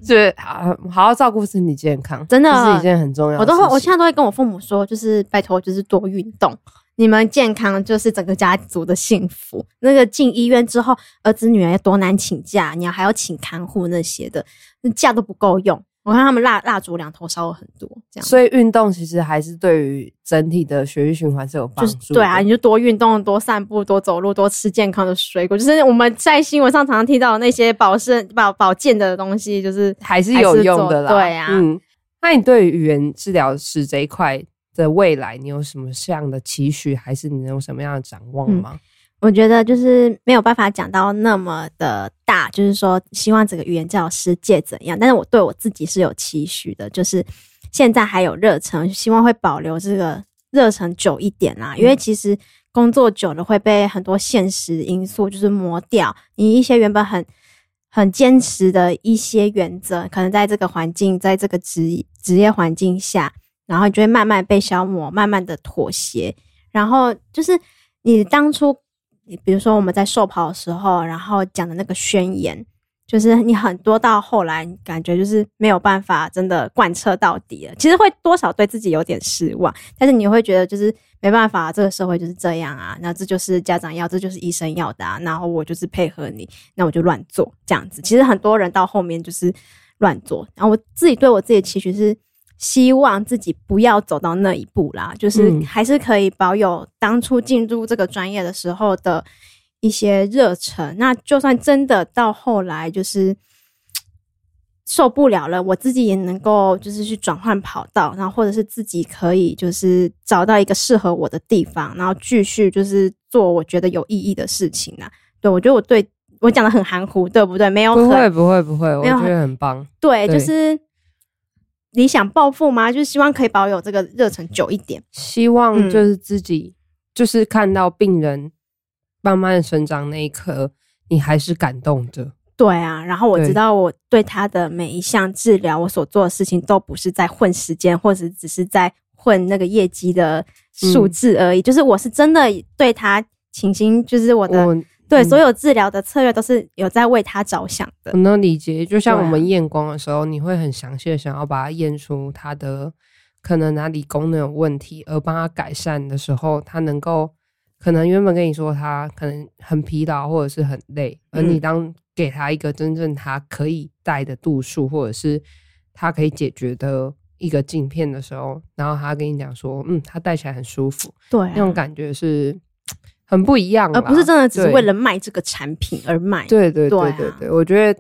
[SPEAKER 1] 就是好好好照顾身体健康，
[SPEAKER 2] 真的
[SPEAKER 1] 啊这是一件很重要的
[SPEAKER 2] 我
[SPEAKER 1] 事
[SPEAKER 2] 都
[SPEAKER 1] 情。
[SPEAKER 2] 会，我现在都会跟我父母说，就是拜托，就是多运动。你们健康就是整个家族的幸福。那个进医院之后，儿子女儿多难请假，你要还要请看护那些的，那假都不够用。我看他们蜡蜡烛两头烧了很多，这样
[SPEAKER 1] 所以运动其实还是对于整体的血液循环是有帮
[SPEAKER 2] 就
[SPEAKER 1] 助的。
[SPEAKER 2] 是对啊，你就多运动、多散步、多走路、多吃健康的水果。就是我们在新闻上常常听到的那些保身保保健的东西，就是
[SPEAKER 1] 还是有用的啦。
[SPEAKER 2] 还是做对啊
[SPEAKER 1] 嗯，那你对于语言治疗师这一块的未来，你有什么样的期许，还是你有什么样的展望
[SPEAKER 2] 嗯
[SPEAKER 1] 吗？
[SPEAKER 2] 我觉得就是没有办法讲到那么的大，就是说希望整个语言教师界怎样，但是我对我自己是有期许的，就是现在还有热忱，希望会保留这个热忱久一点啦、因为其实工作久了会被很多现实因素就是磨掉，你一些原本很很坚持的一些原则，可能在这个环境，在这个职职业环境下，然后你就会慢慢被消磨，慢慢的妥协，然后就是你当初，比如说我们在受跑的时候，然后讲的那个宣言，就是你很多到后来你感觉就是没有办法真的贯彻到底了。其实会多少对自己有点失望，但是你会觉得就是没办法，这个社会就是这样啊，那这就是家长要，这就是医生要的啊，然后我就是配合你，那我就乱做这样子。其实很多人到后面就是乱做，然后我自己对我自己的期许是。希望自己不要走到那一步啦，就是
[SPEAKER 1] 嗯
[SPEAKER 2] 还是可以保有当初进入这个专业的时候的一些热忱。那就算真的到后来就是受不了了，我自己也能够就是去转换跑道，然后或者是自己可以就是找到一个适合我的地方，然后继续就是做我觉得有意义的事情啊。对我觉得我对我讲的很含糊，对不对？没有
[SPEAKER 1] 不
[SPEAKER 2] 很嗯
[SPEAKER 1] 会，不会，不会，我
[SPEAKER 2] 没有
[SPEAKER 1] 觉得很棒。
[SPEAKER 2] 对，
[SPEAKER 1] 对
[SPEAKER 2] 就是你想暴富吗？就是希望可以保有这个热忱久一点。
[SPEAKER 1] 希望就是自己，就是看到病人慢慢生长那一刻，你还是感动的。
[SPEAKER 2] 对啊，然后我
[SPEAKER 1] 对
[SPEAKER 2] 知道我对他的每一项治疗，我所做的事情都不是在混时间，或者只是在混那个业绩的
[SPEAKER 1] 嗯
[SPEAKER 2] 数字而已，就是我是真的对他倾心，就是我的
[SPEAKER 1] 我
[SPEAKER 2] 对、
[SPEAKER 1] 嗯
[SPEAKER 2] 所有治疗的策略都是有在为他着想的
[SPEAKER 1] 我。能理解，就像
[SPEAKER 2] 对啊
[SPEAKER 1] 我们验光的时候，你会很详细的想要把它验出它的可能哪里功能有问题，而帮它改善的时候，它能够可能原本跟你说它可能很疲劳或者是很累，而
[SPEAKER 2] 嗯
[SPEAKER 1] 你当给它一个真正它可以带的度数，或者是它可以解决的一个镜片的时候，然后他跟你讲说，嗯，它戴起来很舒服，
[SPEAKER 2] 对、啊，
[SPEAKER 1] 那种感觉是很不一样啦，
[SPEAKER 2] 而不是真的只是
[SPEAKER 1] 对
[SPEAKER 2] 为了卖这个产品而卖。
[SPEAKER 1] 对对
[SPEAKER 2] 对
[SPEAKER 1] 对
[SPEAKER 2] 啊
[SPEAKER 1] 对对，我觉得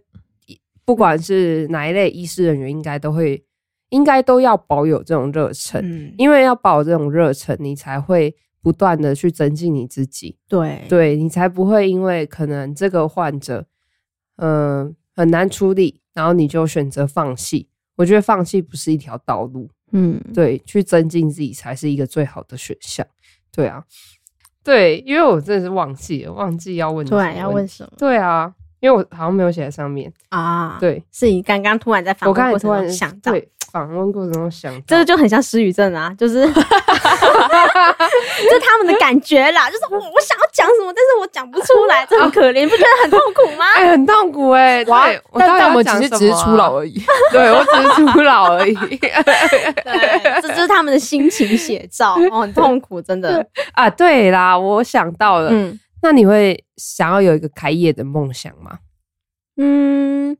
[SPEAKER 1] 不管是哪一类医师人员，应该都会，应该都要保有这种热忱，
[SPEAKER 2] 嗯，
[SPEAKER 1] 因为要保有这种热忱，你才会不断的去增进你自己，
[SPEAKER 2] 对
[SPEAKER 1] 呃对你才不会因为可能这个患者，嗯、很难处理，然后你就选择放弃。我觉得放弃不是一条道路，
[SPEAKER 2] 嗯，
[SPEAKER 1] 对，去增进自己才是一个最好的选项。对啊，对，因为我真的是忘记了，忘记要问你
[SPEAKER 2] 突然
[SPEAKER 1] 什么
[SPEAKER 2] 要
[SPEAKER 1] 问
[SPEAKER 2] 问
[SPEAKER 1] 题，
[SPEAKER 2] 什么
[SPEAKER 1] 对啊，因为我好像没有写在上面。
[SPEAKER 2] 啊？，
[SPEAKER 1] 对，
[SPEAKER 2] 是你刚刚突然在访
[SPEAKER 1] 我刚
[SPEAKER 2] 问
[SPEAKER 1] 才
[SPEAKER 2] 过
[SPEAKER 1] 突然
[SPEAKER 2] 程中想到，
[SPEAKER 1] 对访问过程中想到，
[SPEAKER 2] 这个就很像失语症啊，就是 这是他们的感觉啦，就是我我想要讲什么，但是我讲不出来，这很可怜，你不觉得很痛苦吗？
[SPEAKER 1] 哎、很痛苦哎、
[SPEAKER 3] 哇
[SPEAKER 1] 对，
[SPEAKER 3] 但但我们
[SPEAKER 1] 到
[SPEAKER 3] 只
[SPEAKER 1] 底
[SPEAKER 3] 是
[SPEAKER 1] 要讲
[SPEAKER 3] 只是
[SPEAKER 1] 什么啊
[SPEAKER 3] 初老，而已。
[SPEAKER 1] 对我只是初老而已。
[SPEAKER 2] 对，这就是他们的心情写照，哦，很痛苦，真的。
[SPEAKER 1] 啊，对啦，我想到了，
[SPEAKER 2] 嗯
[SPEAKER 1] 那你会想要有一个开业的梦想吗？
[SPEAKER 2] 嗯，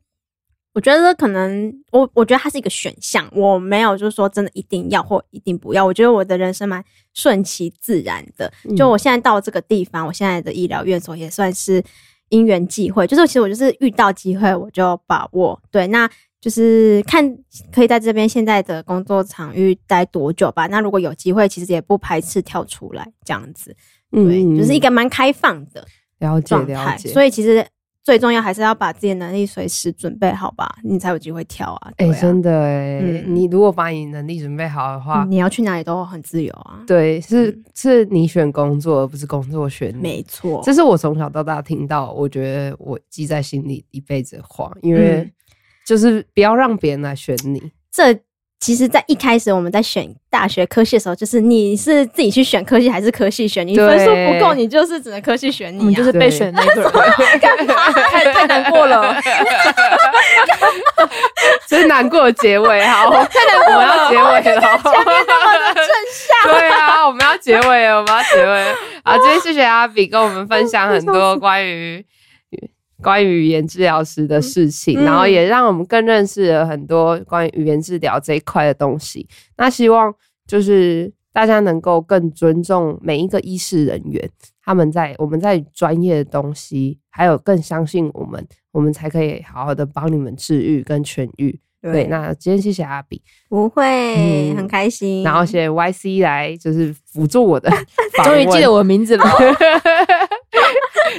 [SPEAKER 2] 我觉得可能我我觉得它是一个选项，我没有就是说真的一定要或一定不要。我觉得我的人生蛮顺其自然的，就我现在到这个地方，我现在的医疗院所也算是因缘际会，就是其实我就是遇到机会我就把握。对，那就是看可以在这边现在的工作场域待多久吧。那如果有机会，其实也不排斥跳出来这样子。对，
[SPEAKER 1] 嗯
[SPEAKER 2] 就是一个蛮开放的
[SPEAKER 1] 了解
[SPEAKER 2] 状
[SPEAKER 1] 了
[SPEAKER 2] 态，
[SPEAKER 1] 解。
[SPEAKER 2] 所以其实最重要还是要把自己的能力随时准备好吧，你才有机会跳啊。
[SPEAKER 1] 哎、
[SPEAKER 2] 对啊，
[SPEAKER 1] 真的哎、
[SPEAKER 2] 嗯
[SPEAKER 1] 你如果把你能力准备好的话，
[SPEAKER 2] 你要去哪里都很自由啊。
[SPEAKER 1] 对，是、
[SPEAKER 2] 嗯
[SPEAKER 1] 是你选工作，而不是工作选你。
[SPEAKER 2] 没错，
[SPEAKER 1] 这是我从小到大听到，我觉得我记在心里一辈子的话，因为
[SPEAKER 2] 嗯
[SPEAKER 1] 就是不要让别人来选你。
[SPEAKER 2] 这其实，在一开始我们在选大学科系的时候，就是你是自己去选科系还是科系选你，
[SPEAKER 1] 对
[SPEAKER 2] 分数不够，你就是只能科系选
[SPEAKER 3] 我们
[SPEAKER 2] 你
[SPEAKER 3] 就
[SPEAKER 2] 啊。
[SPEAKER 3] 是 被选的那个人，太太难过了。
[SPEAKER 1] 真难过的结尾，好，太难过了，我们要结尾了。 对啊，我们要结尾了，我们要结尾了。 好，今天谢谢阿比跟我们分
[SPEAKER 3] 嗯
[SPEAKER 1] 享很多关于关于语言治疗师的事情，
[SPEAKER 2] 嗯
[SPEAKER 1] 然后也让我们更认识了很多关于语言治疗这一块的东西。那希望就是大家能够更尊重每一个医师人员，他们在我们在专业的东西，还有更相信我们，我们才可以好好的帮你们治愈跟痊愈。对，那今天谢谢阿比。
[SPEAKER 2] 不会
[SPEAKER 1] 嗯
[SPEAKER 2] 很开心。
[SPEAKER 1] 然后谢谢 YC 来就是辅助我的 访
[SPEAKER 3] 终
[SPEAKER 1] 问，
[SPEAKER 3] 于记得我的名 字了，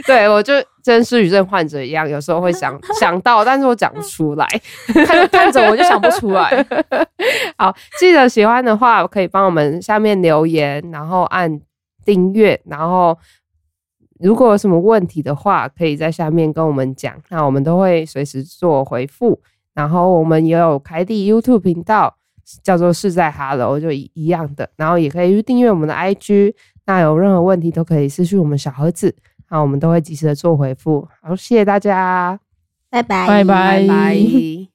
[SPEAKER 1] 对我就跟失语症患者一样，有时候会想想到，但是我讲不出来。
[SPEAKER 3] 看看着我就想不出来。
[SPEAKER 1] 好，记得喜欢的话可以帮我们下面留言，然后按订阅，然后如果有什么问题的话，可以在下面跟我们讲，那我们都会随时做回复。然后我们也有凯蒂 YouTube 频道，叫做是在 Hello，就一一样的。然后也可以去订阅我们的 IG，那有任何问题都可以私讯我们小盒子，那我们都会及时的做回复。好，谢谢大家，
[SPEAKER 2] 拜拜，
[SPEAKER 3] 拜拜
[SPEAKER 1] 拜拜